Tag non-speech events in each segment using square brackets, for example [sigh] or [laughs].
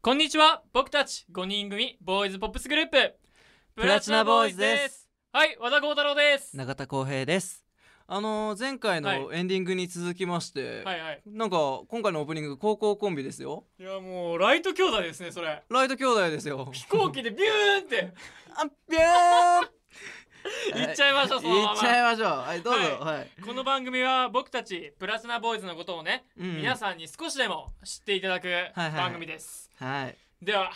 こんにちは僕たち5人組ボーイズポップスグループプラチナボーイズですはい和田光太郎です永田光平ですあのー前回はいのエンディングに続きまして、はいはいなんか今回のオープニング高校コンビですよいやもうライト兄弟ですねそれライト兄弟ですよ飛行機でビューンって [laughs] あビューン行っちゃいましょうそのま行っちゃまいましょうはいどうぞはいはい、この番組は僕たちプラチナボーイズのことをね、うん皆さんに少しでも知っていただくはい番組です、はいでは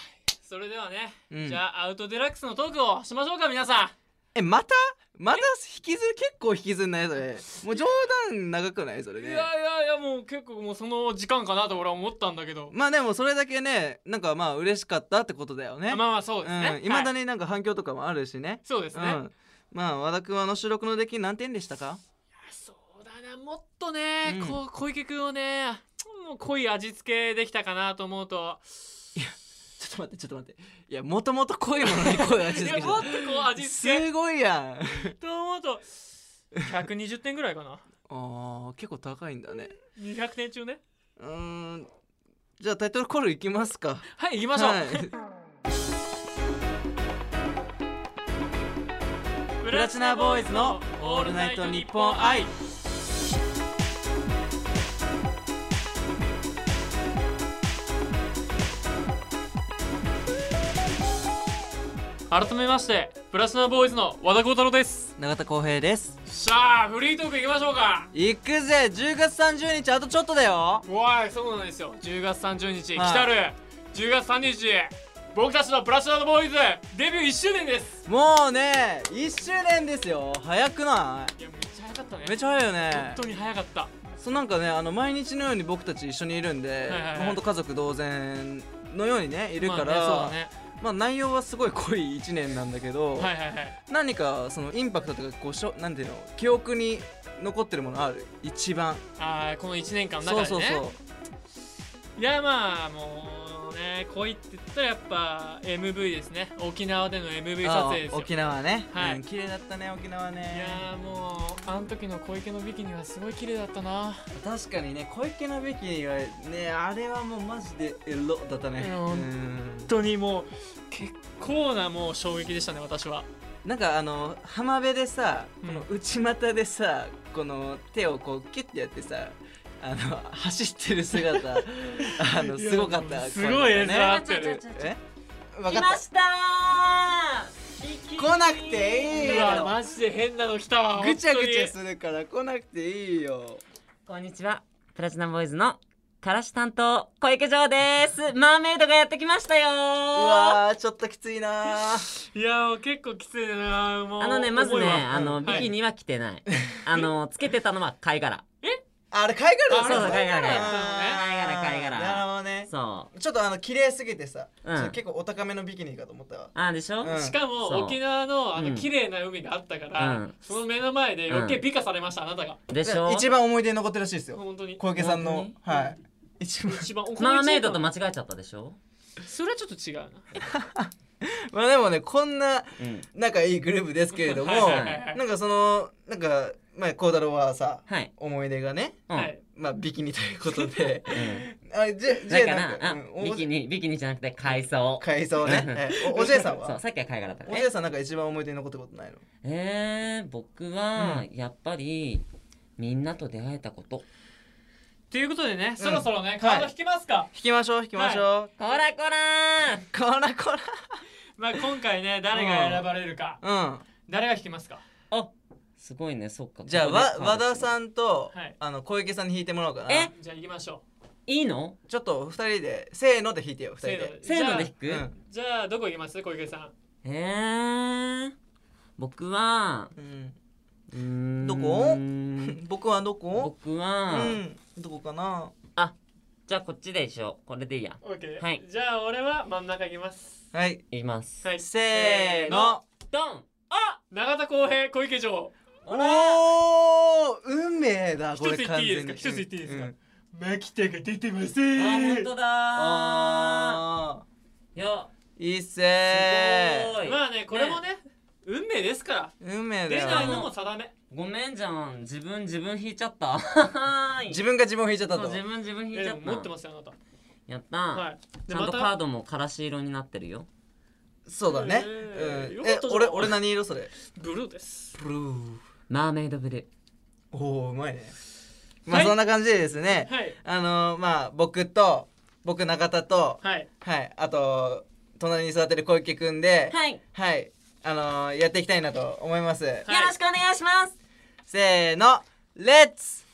それではね、うんじゃあアウトデラックスのトークをしましょうか皆さんえまたまた引きず結構引きずんないそれもう冗談長くないそれいやねいやいやもう結構もうその時間かなと俺は思ったんだけど、まあでもそれだけねなんかまあ嬉しかったってことだよねあまあまあそうですね、うん、未だはいになんか反響とかもあるしね、そうですね、ういやんまあ和田君はあの収録の出来何点でしたかそうだなもっとね、うんこう小池君をねもう濃い味付けできたかなと思うとちょっと待ってちょっと待っていやもともと濃いものに声味い付やけもっとしこう味て付けすごいやんと思うと120点ぐらいかなあー結構高いんだね200点中ねうーんじゃあタイトルコールいきますかはい行きましょう、はい、 [laughs] プラチナボーイズのオールナイトニッポン愛改めましてプラチナボーイズの和田光太郎です永田浩平ですしゃあフリートーク行きましょうか行くぜ10月30日あとちょっとだよわいそうなんですよ10月30日、はい来たる10月30日僕たちのプラチナボーイズデビュー1周年ですもうね1周年ですよ早くないやめっちゃ早かったねいめっちゃ早いよね本当に早かったそうなんかねあの毎日のように僕たち一緒にいるんで、はいはいはいほんと家族同然のようにねいるから、ままああね内容はすごい濃い1年なんだけど、そうだねはいはいはい何かそのインパクトとかこうしょなんていうの記憶に残ってるものある一番、あーこの1年間の中そうでねそうそういやまあもうね恋って言ったらやっぱ MV ですね沖縄での MV 撮あ影ですよ沖縄ね、はいうん綺麗だったね沖縄ねいやーもうあの時の小池のビキニはすごい綺麗だったな、確かにね小池のべきにはねあれはもうマジでエロだったねいやうほんん本当にもう結構なもう衝撃でしたね私はなんかあの浜辺でさうんこの内股でさ、この手をこうキュッてやってさ [laughs] あの走ってる姿あのすごかったいやすごい映像あねってるえ分来かっまたした来なくていいうよわマジで変なの来たわぐちゃぐちゃ本するから来なくていいよこんにちはプラチナボーイズのからし担当小池城ですマーメイドがやってきましたようわーちょっときついなー当にいやもう結構きついなもうあのねまず思いねはあのはビいキニは着てない、 [laughs] あのつけてたのは貝殻あれ貝殻あそうだ貝殻貝殻あー貝殻貝殻なるほどねそうちょっとあの綺麗すぎてさ、うんちょっと結構お高めのビキニかと思ったわあーでしょ、うんしかもそう沖縄のあうのん綺麗な海があったから、うんその目の前で余計美化されました、あなたがでしょ一番思い出に残ってるらしいですよ本当に小池さんの本当にはい一 [laughs] 番一番お米マーメイドと一番間違えちゃったでしょそれはちょっと違うなまあでもねこんなうん仲いいグループですけれどもはいはいはいなんかそのなんかまあ孝太郎はさはい、思い出がねうんはいまあビキニということでうんあじゃじだゃかならんかあうんビキニビキニじゃなくて海藻海藻ねえおおじいさんそうはさっきは貝殻だったおじいさんなんか一番思い出に残ったことないのえー、僕はやっぱりみんなと出会えたことということでね、そろそろね、はいカード引きますか。引きましょう引きましょうこらこらこらこまあ、今回ね、誰が選ばれるか、らうん誰が引きますか。ーあすごいねそっかじゃあここでわカード和田さんとはいあの小池さんに引いてもらおうかなえじゃあ、行きましょう。いいのちょっと二人でせーので引いてよせ二人ーのでせーので引うく、んじゃあ、どこ行きます、小池さん。えー、僕はうんうーんどこ僕はどこ [laughs] 僕は、うんどこかなあじゃあこっちでしょこれでいいやオッケー。はいじゃあ、俺は真ん中行きます。はい言います、はい。せーのドンあ、永田浩平、小池城。おお運命だこれ一つ言っ完ていいです全かに一つ言っていいですかうんマキタが出てませあ本ん。当だあーいやーいいっせすごーい、まあね、これもね、運命ですから。運命出だないよのも定め。ごめんじゃん自分自分引いちゃった [laughs] 自分が自分を引いちゃったそうと自分自分い引いやでちゃっもた持ってますよ、あなた。やったー、はいちでゃんまとたカードもからし色になってるよそうだね、えーうよん、かっえたじゃん俺俺何色それブルーですブルーマーメイドブルーおおうまいねまあ、はいそんな感じでですね、はいあのーまあ僕と僕中田とはいはいあと隣に座ってる小池くんではい、よはい、あのーやっていきたいなと思います、はいろしくお願いしますせーのレッツ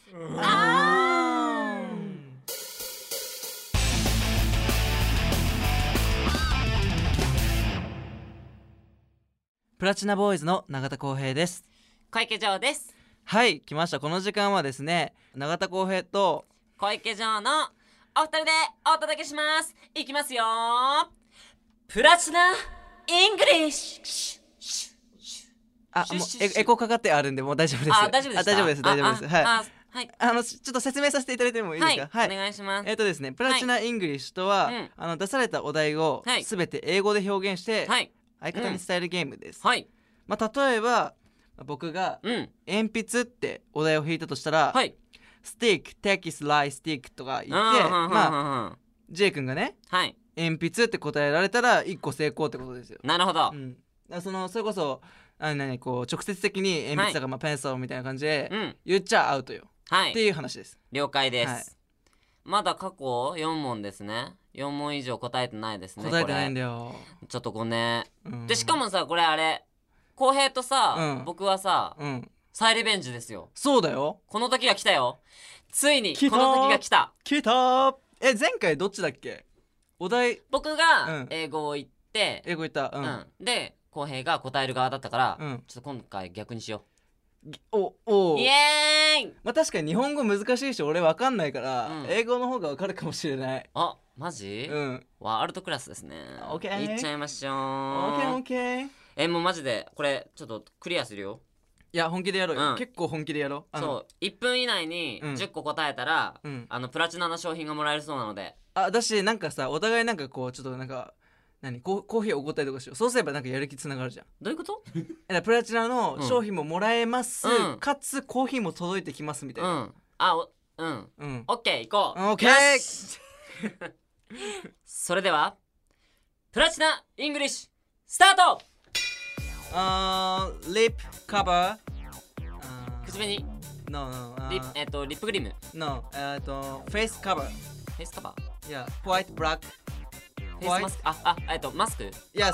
プラチナボーイズの永田浩平です小池城ですはい来ましたこの時間はですね永田浩平と小池城のお二人でお届けしますいきますよープラチナイングリッシュあシュもうシュエシュエコーかかってあるんでもう大丈夫ですあ大丈夫ですあ大丈夫です大丈夫ですはいああはいあのちちょっと説明させていただいてもいいですかはいお願いしますえっとですねプラチナイングリッシュとは、うんあの出されたお題をはいすべて英語で表現してはい相方に伝えるゲームです、はいまあ例えば僕がうん鉛筆ってお題を引いたとしたら、はいスティックテキスライスティックとか言ってうんまあうん J 君がねはい鉛筆って答えられたら1個成功ってことですよ、なるほどうん、だからそのそれこそあ何こう直接的に鉛筆とか、まあ、ペンソーみたいな感じでうん言っちゃアウトよ、はっていいう話です了解です、はいまだ過去4問ですね4問以上答えてないですね答えてないんこだよ、れちょっとごめんうんでしかもさこれあれ浩平とさ、うん僕はさ、うん再リベンジですよそうだよこの時が来たよついに来たこの時が来た聞いたーえ前回どっちだっけお題僕うがん英語を言って、英語言ったう、うんんで浩平が答える側だったから、うんちょっと今回逆にしよおおううイエーイまあ確かに日本語難しいし俺わかんないから、うん英語の方がわかるかもしれないあマジ、うんワールドクラスですねオッケーいっちゃいましょうオッケーオッケーいえもうマジでこれちょっとクリアするよや本気でやろうよ、うん結構本気でやろうあのそう1分以内にうん10個答えたら、うんあのプラチナの商品がもらえるそうなのであだしなんかさお互いなんかこうちょっとなんか何コーコーヒーおごったりとかしようそうすればなんかやる気つながるじゃんどういうことえだからプラチナのうん商品ももらえます、うんかつコーヒーも届いてきますみたいうな、んあおうんうんオッケー行こうオッケーよし [laughs] それではプラチナイングリッシュスタートあーリップカバーあ口紅リー no no あップーえっとリップクリーム no えーっとフェイスカバーフェイスカバー yeah white black フェイスマスクああえっとマスク yes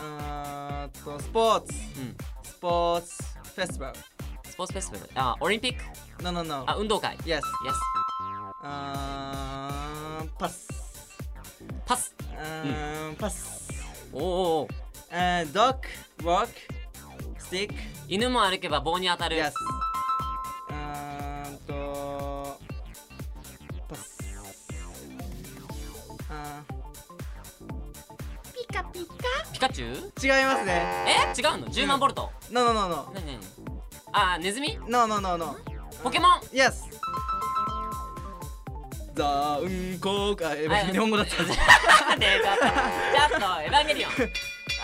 あーっとスポーツうんスポーツフェスティバルスポーツフェスティバルあオリンピック no no no あ運動会 yes イエスあーパスパスあーパスおーおーおーあードッグ walk stick 犬も歩けば棒に当たる yes あーっとパスあーピカチュウ違いますね。え違うの10万ボルト No no no no 何何あネズミ no no no no。ポケモン Yes。ザーンコーカーはいえ日本語だった。ねえちょっとちょっとエヴァンゲリオンね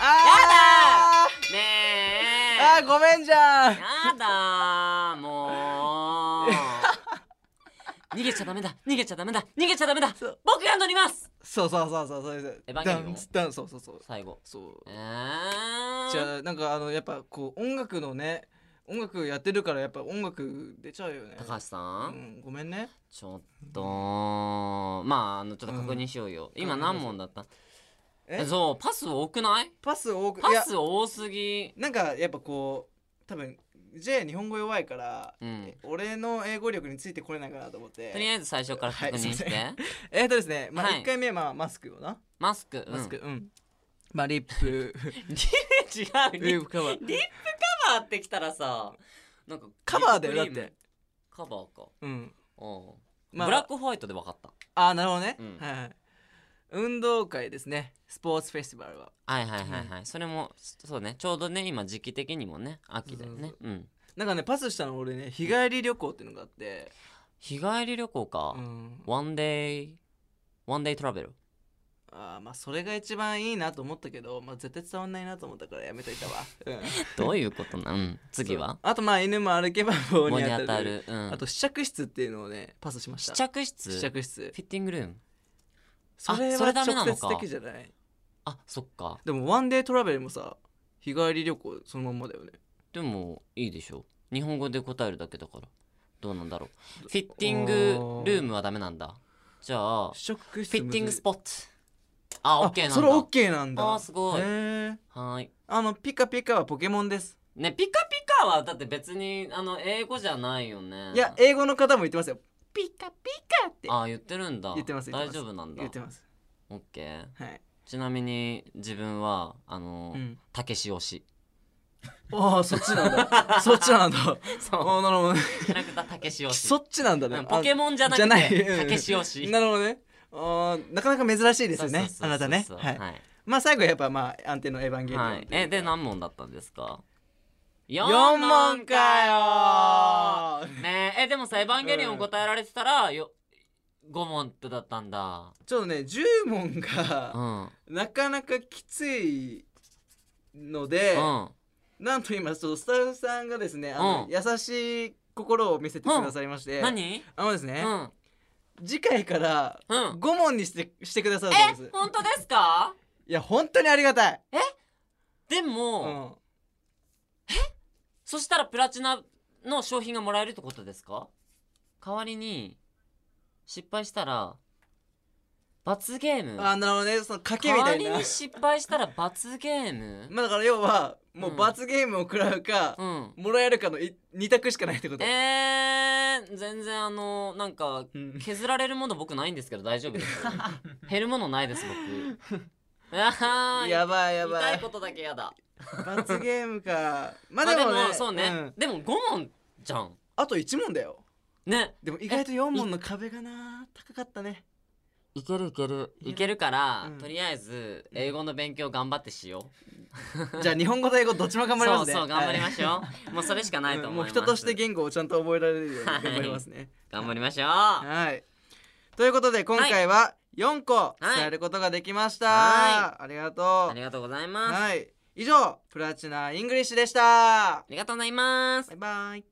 あえーあーごめんじゃん。やだーもう逃げちゃダメだ逃げちゃダメだ逃げちゃダメだそう僕が乗りますそうそうそうそうそうです。エヴァンゲリオンダンスダンスそうそうそう。最後そうえ。ー、じゃあなんかあのやっぱこう音楽のね音楽やってるからやっぱ音楽出ちゃうよね。高橋さ、うんんごめんね。ちょっとまああのちょっと確認しようよ、今何問だったええそうパス多くないパス多くいパやス多すぎなんかやっぱこう多分 J 日本語弱いから。うん俺の英語力についてこれないかなと思ってとりあえず最初から確認して、はえーとですね、まあ、はい1回目はまあマスクよな。マスクマ [laughs] スク、うん。まあ、リップ、うん違う [laughs] リリッップカバー。パーってきたらさなんかカバーだよ、リだっップクリームて。カバーかうん。うんまあブラックホワイトで分かったああ、なるほどね。うんはいはい。運動会ですね。スポーツフェスティバルは。はいはいはいはい、それもそうねちょうどね今時期的にもね秋だよねそううんなんかね、パスしたの俺ね、日帰り旅行っていうのがあって。日帰り旅行か、うん。ワンデイワンデイトラベルあーまあ、それが一番いいなと思ったけど、まあ、絶対伝わんないなと思ったからやめといたわ。うん。ど [laughs] ういうことなん、うん、次はあと、まあ、犬も歩けば棒棒にに当た当たる。る、うん、あと、試着室っていうのをね、パスしまし試た。着室試着室フィッティングルームそれあそれはダメな直のか接的じゃないあそっかでもワンデートラベルもさ日帰り旅行そのまんまだよねでもいいでしょ日本語で答えるだけだからどうなんだろうフィッティングルームはダメなんだじゃあフ試食室ィッティングスッポットあオッケーなんだそれオッケーなんだあーすごいへーはーいあのピカピカはポケモンですねピカピカはだって別にあの英語じゃないよねいや英語の方も言ってますよピカピカってあ言ってるんだ言ってます言って大ます丈夫なんだ言ってますオッケーはい、ちなみに自分はあのうん、たけし推しああそっちなんだ [laughs] そっちなんだ [laughs] そああなるほどねキャラクターたけし推 [laughs] しそっちなんだうねんポケモモンじゃなじくゃないてうんたけし推しなるほどねあーなかなか珍しいですよねそうそうそうそうあなたねはいまあ最後はやっぱまあ安定のエヴァンゲリオンはとい、いうえで何問だったんですか4 4問よかよーねええでもさ「エヴァンゲリオうン」ん答えられてたらよ5問ってだったんだちょっとね10問うがんうんなかなかきついので、なんと今ちょっとスタッフさんがですねあの、うん優しい心を見せてくださりまして、何あのですうね、ん次回からうん5問にしてしてくださるそうでえす本当ですかいや本当にありがたい、 [laughs] でうもん、そしたらプラチナの商品がもらえるってことですか代わりに失敗したら罰ゲームあなるほどねその賭け代みわたいりなに失敗したら罰ゲームまあだから要はもううん罰ゲームを食らうか、うんもらえるかの2択しかないってこと、えー、全然あのなんかうん削られるもの僕ないんですけど大 [laughs] 丈夫ですか減るものないです僕あーやばいやば痛いいことだけやだ罰ゲームかままああででも,、もね,、そうね、んでも5問じゃんあと1問だよねでも意外と4問の壁がな高かったねいけるいけるいけるから、うんとりあえず英語の勉強頑張ってしようじゃあ日本語と英語どっちも頑張りますねそうそう頑張りまししょう、もうそれしかないと思いもまうす人として言語をちゃんと覚えられるように頑張りますね [laughs] 頑張りましょうははいということで今回は4個い伝えることができました、はありがとうありがとうございます、あはい以上プラチナイングリッシュでしたりがとうございますバイバイ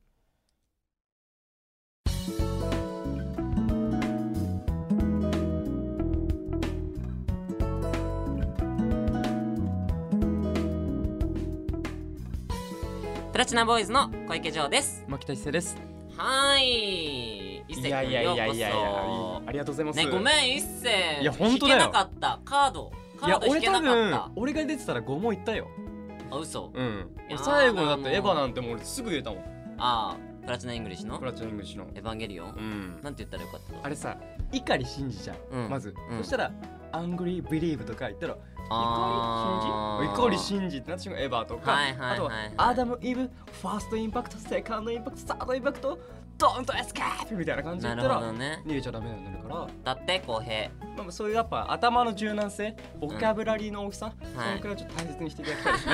プラチナボーイズの小池城です牧田一成です。はーい一い世やい君やいよやういこそやいやありがとうございます。ねごめん一世いや本当だ引よけなかったカードカいーやド引俺け多なかっ分た俺が出てたら五問いったよ。あ嘘うんいや。最後のだっもうてエヴァなんてもう俺すぐ入れたもん。あープラチナイングリッシュのプラチナイングリッシュの。エヴァンゲリオンんなんて言ったらよかったあれさ、怒り信じちゃう。うんまず、うんそしたらアングリービリーブとか言ったらあー怒り信じってなってしまうエヴァとか、はいはいはいはいあとはアダムイブファーストインパクトセカンドインパクトサードインパクトドンとエスケープみたいな感じでな言っるたほら、どね逃げちゃダメになるから。だって公平まあ、そういうやっぱ頭の柔軟性ボキャブラリーの大きさ、んそのくらいちょっと大切にしていただきたいですね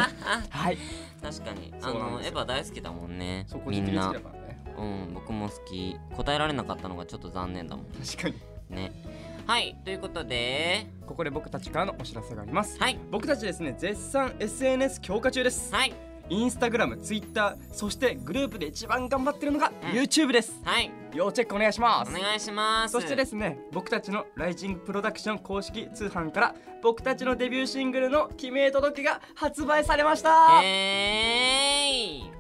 はい確かにあそうなんのですエよヴァ大好きだもんねそこみにんなだから [laughs] ねうん僕も好き答えられなかったのがちょっと残念だもん確かにねはいということでここで僕たちからのお知らせがありますはい僕たちですね絶賛 SNS 強化中ですはいインスタグラムツイッターそしてグループで一番頑張ってるのがん YouTube です、はい要チェックお願いしまおす願いしますそしてですね僕たちのライジングプロダクション公式通販から僕たちのデビューシングルの記名届が発売されました、えーい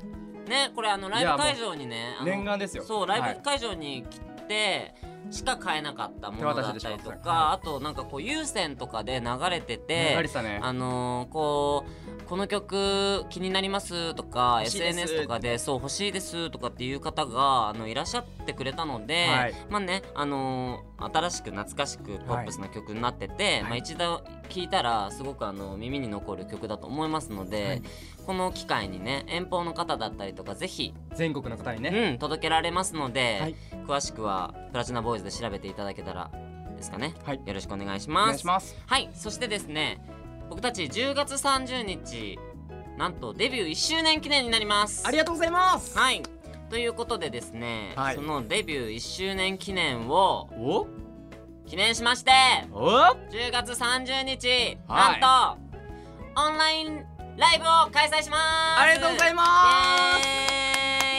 ねこれあのライブ会場にねあの念願ですよそうライはいブ会場に来てしか買えなかったものだったりと手渡しでしょそうか、あとなんかこう有線とかで流れてて流れてたねあのーこうこの曲気になりますとか欲しいです SNS とかでそう欲しいですとかっていう方があのいらっしゃってくれたので、はいまあねあのー新しく懐かしくポップスの曲になってて、いまあ一度聴いたらすごくあの耳に残る曲だと思いますので、はいこの機会にね遠方の方だったりとかぜひ、全国の方にね、うん、届けられますので、はい詳しくはプラチナボーイズで調べていただけたらですかねはいよろしくお願いしおま願いすし。ますはいそしてですね僕たち10月30日なんとデビュー1周年記念になりますありがとうございますはいということでですね、はいそのデビュー1周年記念をお記念しましてお10月30日、はいなんとオンラインライブを開催しますありがとうございます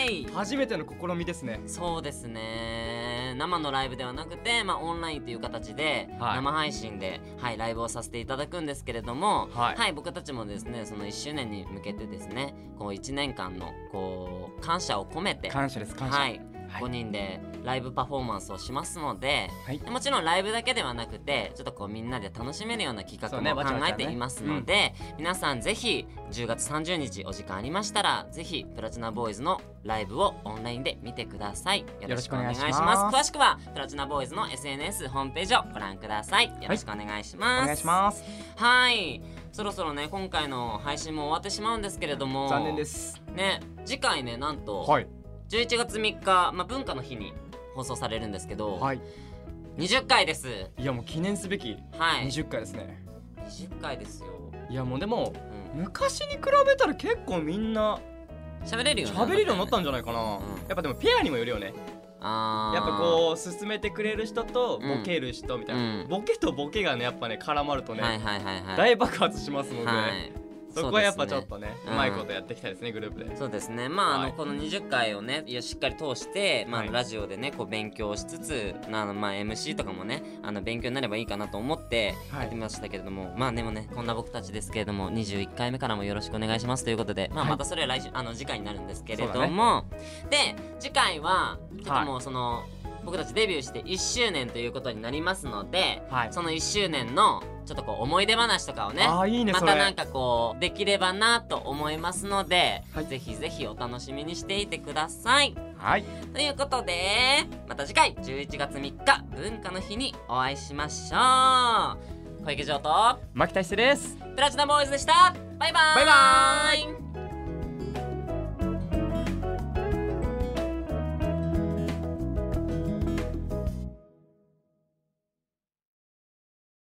イエーイ初めての試みですねそうですね生のライブではなくて、まあ、オンラインという形で、はい生配信で、はい、ライブをさせていただくんですけれども、はい僕たちもですねその1周年に向けてですねこう1年間のこう感謝を込めて感謝です感謝、はい、はい5人でライブパフォーマンスをしますので、はいもちろんライブだけではなくてちょっとこうみんなで楽しめるような企そ画うねもわちゃわち考ゃねえていますので、皆さんぜひ10月30日お時間ありましたらぜひプラチナボーイズのライブをオンラインで見てくださいよろしくお願いしますよろしくお願いします詳しくはプラチナボーイズの SNS ホームページをご覧くださいよろしくお願いします、お願いしますはいそろそろね今回の配信も終わってしまうんですけれども残念ですね次回ねなんと、はい11月3日、まあ、文化の日に放送されるんですけど、はい20回ですいやもう記念すべきはい20 20回ですね回ですよ、いやもうでもうん、昔に比べたら結構みんな喋れるよね喋れるようになったんじゃないかな、んやっぱでもペアにもよるよねあーやっぱこう進めてくれる人とうんボケる人みたいな、うんボケとボケがねやっぱね絡まるとね、はいはいはいはい大爆発しますので、はいそこはやっぱちょっとねううんまいことやっていきたいですねグループでそうですねまあ,、はいあのこの20回をねいやしっかり通して、まあ、はいラジオでねこう勉強しつつなまあ、MC とかもねあの勉強になればいいかなと思ってはいやってみましたけれども、まあでもねこんな僕たちですけれども21回目からもよろしくお願いしますということで、まあ、はいまたそれは来週、あの次回になるんですけれそうだどねも、で次回はちょっともうその、僕たちデビューして1周年ということになりますので、はいその1周年のちょっとこう思い出話とかをねあーいいねまそれたなんかこうできればなと思いますので、はいぜひぜひお楽しみにしていてくださいはいということでまた次回11月3日文化の日にお会いしましょう小池城と牧田久ですプラチナボーイズでしたバイバーイバイバイ